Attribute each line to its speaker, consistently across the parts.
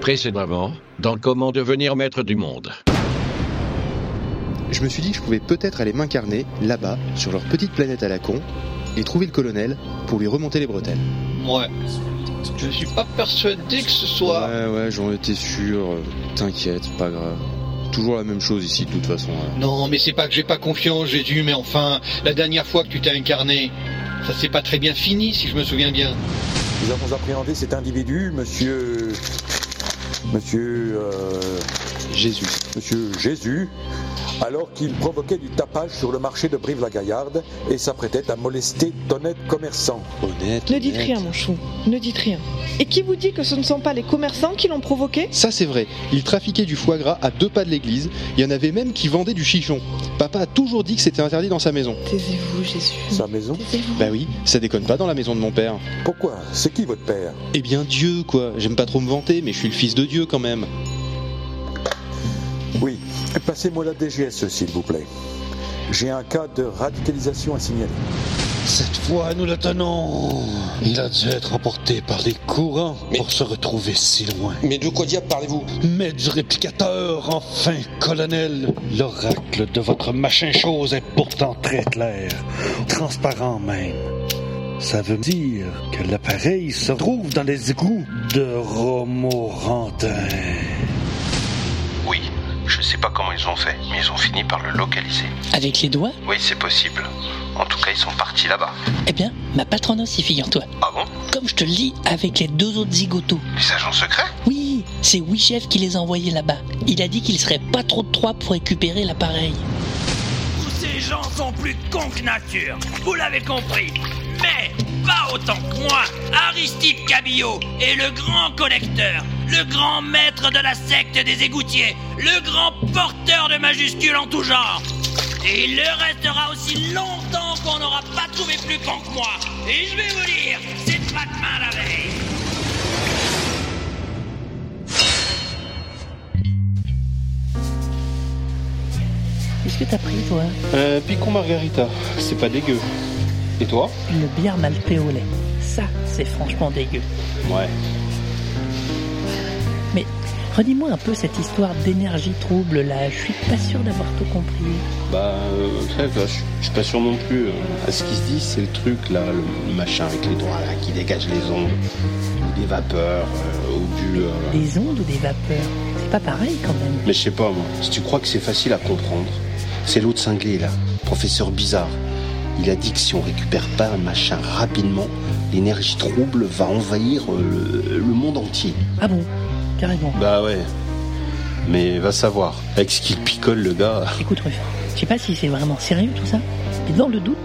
Speaker 1: précédemment dans Comment devenir maître du monde.
Speaker 2: Je me suis dit que je pouvais peut-être aller m'incarner là-bas, sur leur petite planète à la con, et trouver le colonel pour lui remonter les bretelles.
Speaker 3: Ouais. Je suis pas persuadé que ce soit.
Speaker 2: Ouais, ouais, j'en étais sûr. T'inquiète, pas grave. Toujours la même chose ici, de toute façon. hein.
Speaker 3: Non, mais c'est pas que j'ai pas confiance, Jésus, mais enfin, la dernière fois que tu t'es incarné, ça s'est pas très bien fini, si je me souviens bien.
Speaker 4: Nous avons appréhendé cet individu, monsieur. Monsieur. euh,
Speaker 2: Jésus.
Speaker 4: monsieur Jésus, alors qu'il provoquait du tapage sur le marché de Brive-la-Gaillarde et s'apprêtait à molester d'honnêtes commerçants.
Speaker 2: Honnête.
Speaker 5: Ne dites
Speaker 2: honnête.
Speaker 5: rien, mon chou. Ne dites rien. Et qui vous dit que ce ne sont pas les commerçants qui l'ont provoqué
Speaker 2: Ça c'est vrai, il trafiquait du foie gras à deux pas de l'église, il y en avait même qui vendaient du chichon. Papa a toujours dit que c'était interdit dans sa maison.
Speaker 5: Taisez-vous, Jésus.
Speaker 4: Sa maison
Speaker 5: Taisez-vous.
Speaker 2: Bah oui, ça déconne pas dans la maison de mon père.
Speaker 4: Pourquoi C'est qui votre père
Speaker 2: Eh bien Dieu quoi, j'aime pas trop me vanter, mais je suis le fils de Dieu quand même.
Speaker 4: Oui, passez-moi la DGSE, s'il vous plaît. J'ai un cas de radicalisation à signaler.
Speaker 6: Cette fois, nous le tenons. Il a dû être emporté par les courants pour se retrouver si loin.
Speaker 7: Mais de quoi diable parlez-vous
Speaker 6: Mais du réplicateur, enfin, colonel. L'oracle de votre machin chose est pourtant très clair, transparent même. Ça veut dire que l'appareil se trouve dans les égouts de Romorantin.
Speaker 8: Oui, je sais pas comment ils ont fait, mais ils ont fini par le localiser.
Speaker 9: Avec les doigts
Speaker 8: Oui, c'est possible. En tout cas, ils sont partis là-bas.
Speaker 9: Eh bien, ma patronne aussi, figure-toi.
Speaker 8: Ah bon
Speaker 9: Comme je te le dis, avec les deux autres zigotos.
Speaker 8: Les agents secrets
Speaker 9: Oui, c'est Wichef qui les a envoyés là-bas. Il a dit qu'il serait pas trop de trois pour récupérer l'appareil.
Speaker 10: Tous ces gens sont plus cons que nature, vous l'avez compris. Mais pas autant que moi, Aristide Cabillaud est le grand collecteur, le grand maître de la secte des égoutiers, le grand porteur de majuscules en tout genre. Et il le restera aussi longtemps qu'on n'aura pas trouvé plus con que moi. Et je vais vous dire, c'est pas demain la veille.
Speaker 9: Qu'est-ce que t'as pris, toi
Speaker 11: Euh, picon margarita, c'est pas dégueu. Et toi
Speaker 9: Une bière maltée au lait. Ça, c'est franchement dégueu.
Speaker 11: Ouais.
Speaker 9: Mais redis-moi un peu cette histoire d'énergie trouble là. Je suis pas sûr d'avoir tout compris.
Speaker 11: Bah, euh, ouais, bah, je je suis pas sûr non plus. euh. À ce qui se dit, c'est le truc là, le machin avec les doigts là qui dégage les ondes, ou des vapeurs, euh, ou du. euh,
Speaker 9: Des ondes ou des vapeurs C'est pas pareil quand même.
Speaker 11: Mais je sais pas, moi. Si tu crois que c'est facile à comprendre, c'est l'autre cinglé là, professeur bizarre. Il a dit que si on récupère pas un machin rapidement, l'énergie trouble va envahir euh, le- le monde entier.
Speaker 9: Ah bon Carrément.
Speaker 11: Bah ouais. Mais va savoir. Avec ce qu'il picole le gars.
Speaker 9: Écoute, Ruff, je sais pas si c'est vraiment sérieux tout ça, mais dans le doute,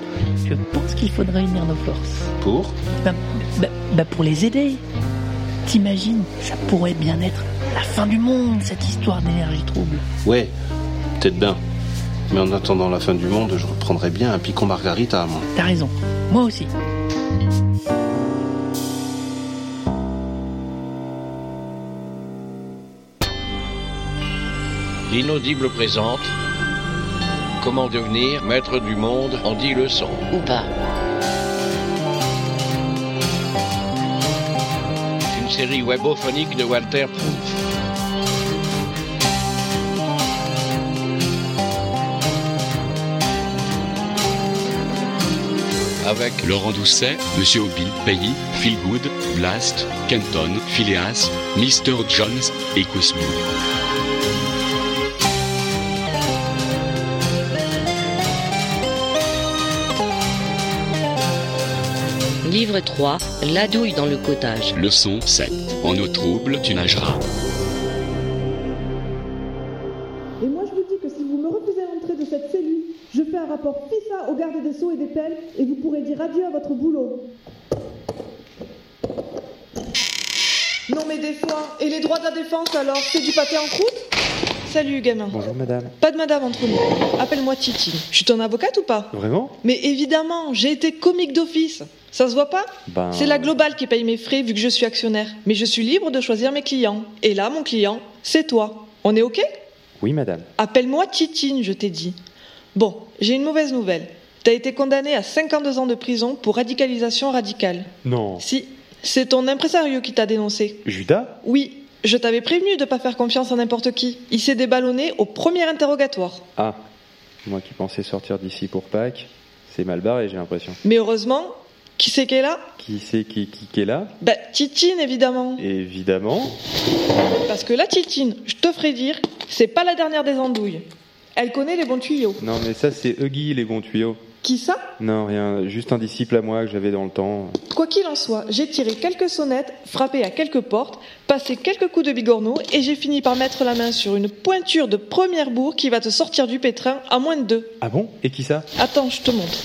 Speaker 9: je pense qu'il faudrait unir nos forces.
Speaker 11: Pour
Speaker 9: Bah, bah- bah pour les aider. T'imagines, ça pourrait bien être la fin du monde, cette histoire d'énergie trouble.
Speaker 11: Ouais, peut-être bien. Mais en attendant la fin du monde, je reprendrai bien un picon margarita, moi.
Speaker 9: T'as raison, moi aussi.
Speaker 1: L'inaudible présente Comment devenir maître du monde en 10 leçons.
Speaker 9: Ou pas.
Speaker 1: Une série webophonique de Walter Proof. Avec
Speaker 10: Laurent Doucet, Monsieur Obi, Peggy, Phil Good, Blast, Kenton, Phileas, Mr. Jones et Quismo.
Speaker 9: Livre 3, la douille dans le cottage.
Speaker 10: Leçon 7. En eau trouble, tu nageras.
Speaker 5: Et moi, je vous dis que si vous me refusez l'entrée de cette cellule, je fais un rapport FISA au garde des Sceaux et des Pelles et vous pourrez dire adieu à votre boulot. Non, mais des fois, et les droits de la défense alors C'est du pâté en croûte Salut, gamin.
Speaker 2: Bonjour madame.
Speaker 5: Pas de madame entre nous. Appelle-moi Titi. Je suis ton avocate ou pas
Speaker 2: Vraiment
Speaker 5: Mais évidemment, j'ai été comique d'office. Ça se voit pas
Speaker 2: Ben.
Speaker 5: C'est la globale qui paye mes frais vu que je suis actionnaire. Mais je suis libre de choisir mes clients. Et là, mon client, c'est toi. On est OK
Speaker 2: Oui madame.
Speaker 5: Appelle-moi Titine, je t'ai dit. Bon, j'ai une mauvaise nouvelle. T'as été condamné à 52 ans de prison pour radicalisation radicale.
Speaker 2: Non.
Speaker 5: Si, c'est ton impresario qui t'a dénoncé.
Speaker 2: Judas
Speaker 5: Oui, Je t'avais prévenu de pas faire confiance à n'importe qui. Il s'est déballonné au premier interrogatoire.
Speaker 12: Ah, moi qui pensais sortir d'ici pour Pâques, c'est mal barré, j'ai l'impression.
Speaker 5: Mais heureusement, qui c'est qui est là
Speaker 12: Qui c'est qui, qui, qui est là
Speaker 5: Bah, Titine, évidemment.
Speaker 12: Évidemment.
Speaker 5: Parce que la Titine, je te ferai dire, c'est pas la dernière des andouilles. Elle connaît les bons tuyaux.
Speaker 12: Non, mais ça, c'est Huggy, les bons tuyaux.
Speaker 5: Qui ça
Speaker 12: Non, rien, juste un disciple à moi que j'avais dans le temps.
Speaker 5: Quoi qu'il en soit, j'ai tiré quelques sonnettes, frappé à quelques portes, passé quelques coups de bigorneau et j'ai fini par mettre la main sur une pointure de première bourre qui va te sortir du pétrin à moins de deux.
Speaker 12: Ah bon Et qui ça
Speaker 5: Attends, je te montre.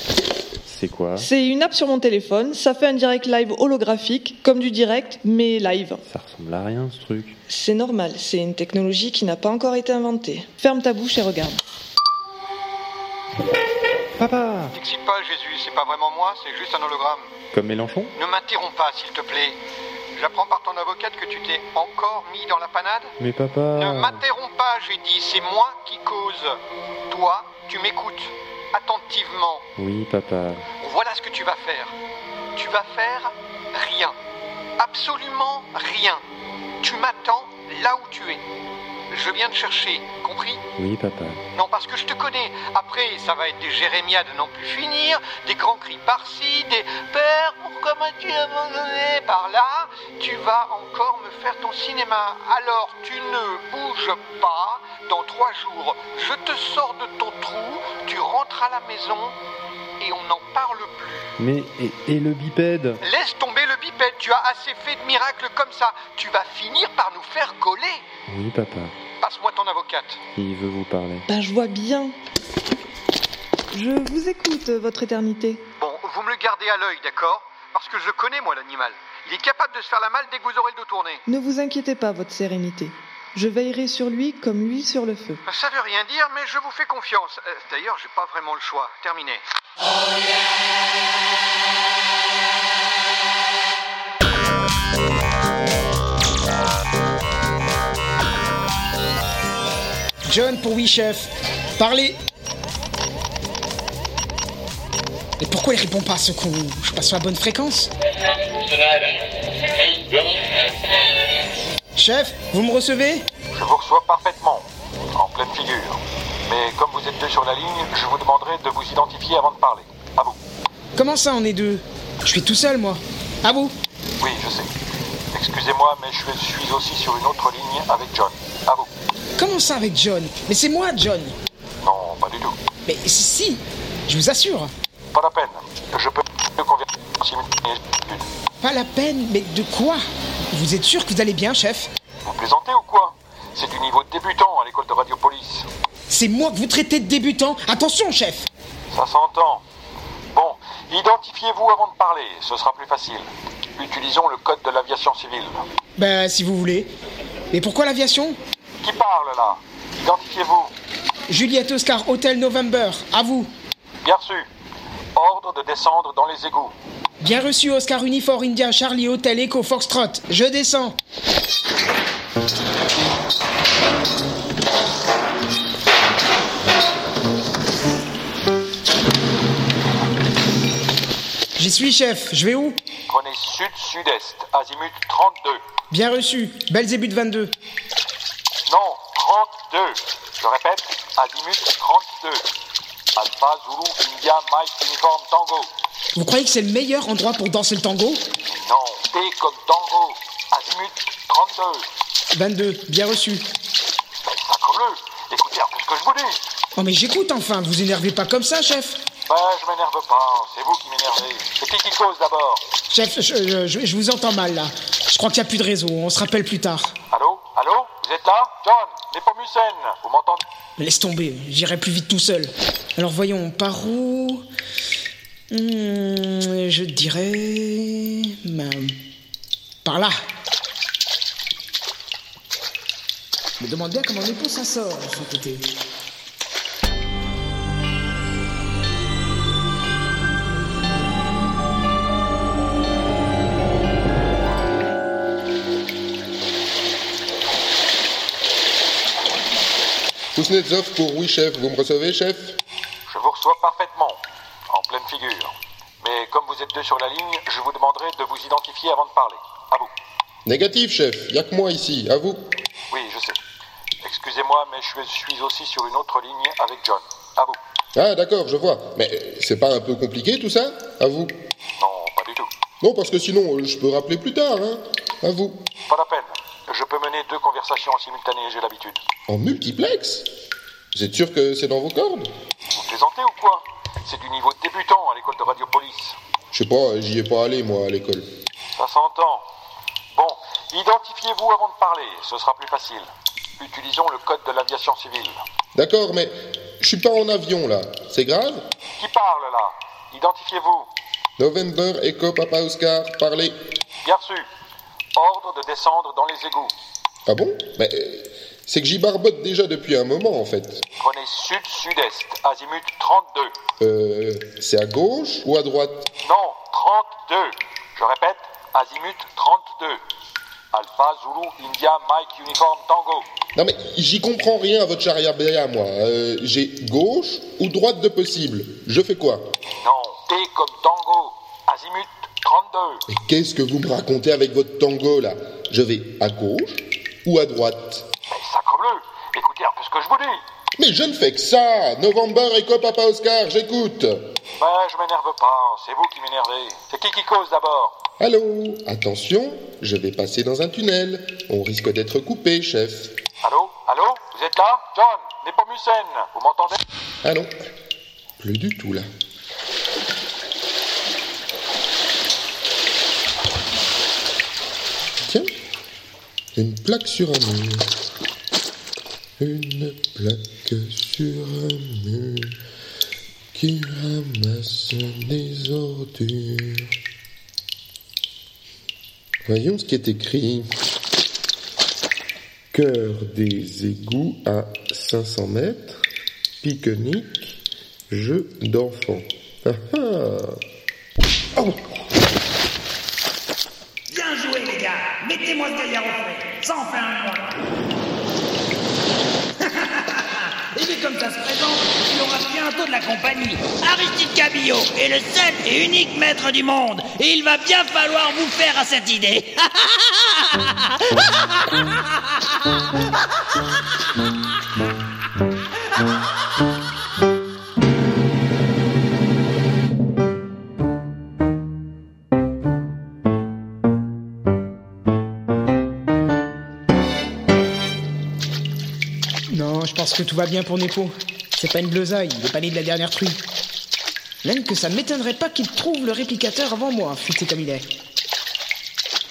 Speaker 12: C'est quoi
Speaker 5: C'est une app sur mon téléphone, ça fait un direct live holographique, comme du direct, mais live.
Speaker 12: Ça ressemble à rien, ce truc.
Speaker 5: C'est normal, c'est une technologie qui n'a pas encore été inventée. Ferme ta bouche et regarde.
Speaker 12: Papa
Speaker 3: T'excite pas, Jésus, c'est pas vraiment moi, c'est juste un hologramme.
Speaker 12: Comme Mélenchon
Speaker 3: Ne m'interromps pas, s'il te plaît. J'apprends par ton avocate que tu t'es encore mis dans la panade
Speaker 12: Mais
Speaker 2: Euh.
Speaker 12: papa...
Speaker 3: Ne m'interromps pas, j'ai dit, c'est moi qui cause. Toi, tu m'écoutes attentivement.
Speaker 12: Oui, papa.
Speaker 3: Voilà ce que tu vas faire. Tu vas faire rien. Absolument rien. Tu m'attends là où tu es. Je viens te chercher, compris
Speaker 12: Oui, papa.
Speaker 3: Non, parce que je te connais. Après, ça va être des jérémiades non plus finir, des grands cris par-ci, des Père, pourquoi m'as-tu abandonné par là Tu vas encore me faire ton cinéma. Alors, tu ne bouges pas. Dans trois jours, je te sors de ton trou, tu rentres à la maison et on n'en parle plus.
Speaker 12: Mais, et, et le bipède
Speaker 3: Laisse tomber le bipède, tu as assez fait de miracles comme ça. Tu vas finir par nous faire coller.
Speaker 12: Oui, papa.
Speaker 3: Passe-moi ton avocate.
Speaker 12: Il veut vous parler.
Speaker 5: Ben, je vois bien. Je vous écoute, votre éternité.
Speaker 3: Bon, vous me le gardez à l'œil, d'accord Parce que je connais, moi, l'animal. Il est capable de se faire la malle dès que vous aurez le dos tourné.
Speaker 5: Ne vous inquiétez pas, votre sérénité. Je veillerai sur lui comme l'huile sur le feu.
Speaker 3: Ça veut rien dire, mais je vous fais confiance. Euh, D'ailleurs, j'ai pas vraiment le choix. Terminé.
Speaker 13: John pour oui, chef. Parlez Mais pourquoi il répond pas à ce con Je passe sur la bonne fréquence Chef, vous me recevez
Speaker 4: Je vous reçois parfaitement, en pleine figure. Mais comme vous êtes deux sur la ligne, je vous demanderai de vous identifier avant de parler. À vous.
Speaker 13: Comment ça, on est deux Je suis tout seul, moi. À vous
Speaker 4: Oui, je sais. Excusez-moi, mais je suis aussi sur une autre ligne avec John. À vous.
Speaker 13: Comment ça avec John Mais c'est moi, John
Speaker 4: Non, pas du tout.
Speaker 13: Mais si, si, je vous assure.
Speaker 4: Pas la peine. Je peux me convertir en simultané.
Speaker 13: Pas la peine, mais de quoi Vous êtes sûr que vous allez bien, chef
Speaker 4: Vous plaisantez ou quoi C'est du niveau de débutant à l'école de Radiopolis.
Speaker 13: C'est moi que vous traitez de débutant Attention, chef
Speaker 4: Ça s'entend. Bon, identifiez-vous avant de parler, ce sera plus facile. Utilisons le code de l'aviation civile.
Speaker 13: Ben, si vous voulez. Mais pourquoi l'aviation
Speaker 4: Qui parle là Identifiez-vous.
Speaker 13: Juliette Oscar, Hôtel November, à vous.
Speaker 4: Bien reçu. Ordre de descendre dans les égouts.
Speaker 13: Bien reçu, Oscar Unifor India Charlie Hôtel Echo Foxtrot. Je descends. J'y suis, chef. Je vais où
Speaker 4: Prenez sud-sud-est, azimut 32.
Speaker 13: Bien reçu. Belzébuth 22.
Speaker 4: Non, 32. Je répète, azimut 32. Alpha Zulu India Mike Uniform Tango.
Speaker 13: Vous croyez que c'est le meilleur endroit pour danser le tango
Speaker 4: Non, T comme Tango. Azimut 32.
Speaker 13: 22. Bien reçu.
Speaker 4: Ben, sacre-le. Écoutez un peu ce que je vous dis.
Speaker 13: Oh, mais j'écoute enfin. Vous énervez pas comme ça, chef.
Speaker 4: Ben, je m'énerve pas. C'est vous qui m'énervez. C'est qui qui cause d'abord
Speaker 13: Chef, je, je- je vous entends mal là. Je crois qu'il n'y a plus de réseau. On se rappelle plus tard.
Speaker 4: Allô Allô Vous êtes là John, Nepomucène, vous m'entendez
Speaker 13: Laisse tomber, j'irai plus vite tout seul. Alors voyons, par où Hmm, Je dirais. ben, par là. Je me demande bien comment époux ça sort de son côté.
Speaker 14: Kuznetsov pour oui, chef. Vous me recevez, chef
Speaker 4: Je vous reçois parfaitement, en pleine figure. Mais comme vous êtes deux sur la ligne, je vous demanderai de vous identifier avant de parler. À vous.
Speaker 14: Négatif, chef. Y a que moi ici. À vous.
Speaker 4: Oui, je sais. Excusez-moi, mais je suis aussi sur une autre ligne avec John. À vous.
Speaker 14: Ah, d'accord, je vois. Mais euh, c'est pas un peu compliqué tout ça À vous.
Speaker 4: Non, pas du tout.
Speaker 14: Non, parce que sinon, euh, je peux rappeler plus tard, hein. À vous.
Speaker 4: Pas la peine. Je peux mener deux conversations en simultané, j'ai l'habitude.
Speaker 14: En multiplex Vous êtes sûr que c'est dans vos cordes
Speaker 4: Vous plaisantez ou quoi C'est du niveau de débutant à l'école de Radiopolis.
Speaker 14: Je sais pas, j'y ai pas allé, moi, à l'école.
Speaker 4: Ça s'entend. Bon, identifiez-vous avant de parler, ce sera plus facile. Utilisons le code de l'aviation civile.
Speaker 14: D'accord, mais je suis pas en avion, là. C'est grave
Speaker 4: Qui parle là Identifiez-vous.
Speaker 14: November, Echo, Papa Oscar, parlez.
Speaker 4: Bien reçu. Ordre de descendre dans les égouts.
Speaker 14: Ah bon Mais euh, c'est que j'y barbote déjà depuis un moment, en fait.
Speaker 4: Prenez sud-sud-est, azimut 32.
Speaker 14: Euh, c'est à gauche ou à droite
Speaker 4: Non, 32. Je répète, azimut 32. Alpha Zulu India Mike Uniform Tango.
Speaker 14: Non mais j'y comprends rien à votre charabia, moi. Euh, J'ai gauche ou droite de possible. Je fais quoi
Speaker 4: Non, T comme Tango, Ah, azimut 32.
Speaker 14: Mais qu'est-ce que vous me racontez avec votre tango, là Je vais à gauche ou à droite
Speaker 4: Mais sacrebleu, écoutez un peu ce que je vous dis.
Speaker 14: Mais je ne fais que ça November, Echo, Papa Oscar, j'écoute
Speaker 4: Ben, je m'énerve pas, c'est vous qui m'énervez. C'est qui qui cause d'abord
Speaker 14: Allô Attention, je vais passer dans un tunnel. On risque d'être coupé, chef.
Speaker 4: Allô Allô Vous êtes là John, Nepomucène, vous m'entendez
Speaker 14: Ah non, plus du tout, là. Tiens, une plaque sur un mur. Une plaque sur un mur qui ramasse des ordures. Voyons ce qui est écrit. Cœur des égouts à 500 mètres, pique-nique, jeu d'enfant. Ah ah Oh
Speaker 10: Bien joué, les gars Mettez-moi ce gaillard au frais Ça en fait un moins Et vu comme ça se présente, il aura bientôt de la compagnie Aristide Cabillot est le seul et unique maître du monde Et il va bien falloir vous faire à cette idée
Speaker 13: Non, je pense que tout va bien pour Nepo. C'est pas une bleusaille, il est pas né de la dernière truie. Même que ça m'étonnerait pas qu'il trouve le réplicateur avant moi, futé comme il est.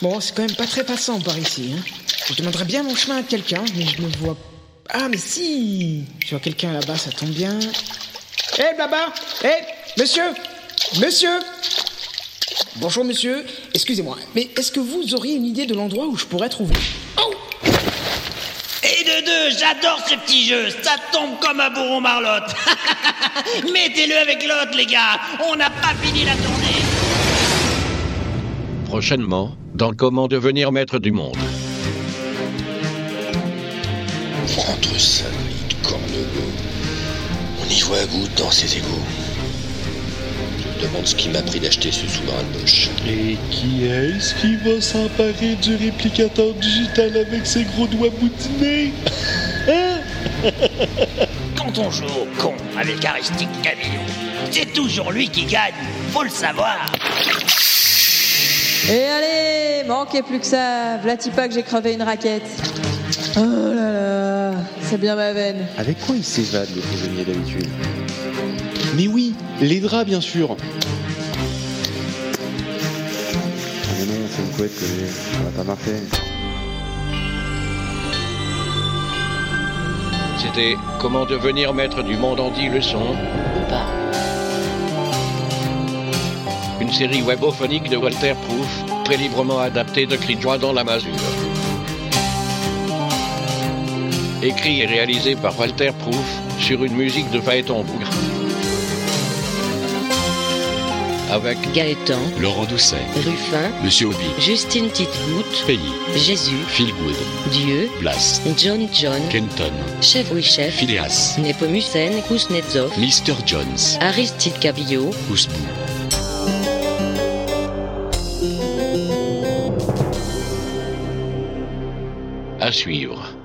Speaker 13: Bon, c'est quand même pas très passant par ici, hein. Je demanderais bien mon chemin à quelqu'un, mais je me vois. Ah, mais si Je vois quelqu'un là-bas, ça tombe bien. Hé, blabla Hé, monsieur Monsieur Bonjour, monsieur. Excusez-moi, mais est-ce que vous auriez une idée de l'endroit où je pourrais trouver
Speaker 10: Et de deux, j'adore ce petit jeu, ça tombe comme un bourron marlotte. Mettez-le avec l'autre, les gars, on n'a pas fini la tournée.
Speaker 1: Prochainement, dans Comment devenir maître du monde.
Speaker 15: Prendre sa vie de corneau. On y voit à goutte dans ses égouts. Je me demande ce qui m'a pris d'acheter ce sous-marin de poche.
Speaker 6: Et qui est-ce qui va s'emparer du réplicateur digital avec ses gros doigts boutinés Hein
Speaker 10: Quand on joue au con avec Aristique Camillon, c'est toujours lui qui gagne, faut le savoir.
Speaker 16: Et Eh, allez, manquez plus que ça. Vlati pas que j'ai crevé une raquette. Oh là là, c'est bien ma veine.
Speaker 12: Avec quoi il s'évade, le prisonnier d'habitude
Speaker 2: Mais oui, les draps, bien sûr
Speaker 12: Ah, Mais non, c'est une couette que j'ai. Ça va pas marcher.
Speaker 1: C'était Comment devenir maître du monde en 10 leçons. Une série webophonique de Walter Proof, très librement adaptée de Cri de joie dans la masure. Écrit et réalisé par Walter Proof sur une musique de Phaéton Bougre. Avec
Speaker 17: Gaëtan,
Speaker 18: Laurent Doucet,
Speaker 17: Ruffin,
Speaker 18: Monsieur Obi,
Speaker 17: Justine Titebout,
Speaker 18: Pays,
Speaker 17: Jésus,
Speaker 18: Philgood,
Speaker 17: Dieu,
Speaker 18: Blas,
Speaker 17: John John,
Speaker 18: Kenton,
Speaker 17: Chef oui Chef,
Speaker 18: Phileas,
Speaker 17: Nepomucène, Kuznetsov,
Speaker 18: Mr. Jones,
Speaker 17: Aristide Cavillot,
Speaker 18: Ousbou.
Speaker 1: À suivre.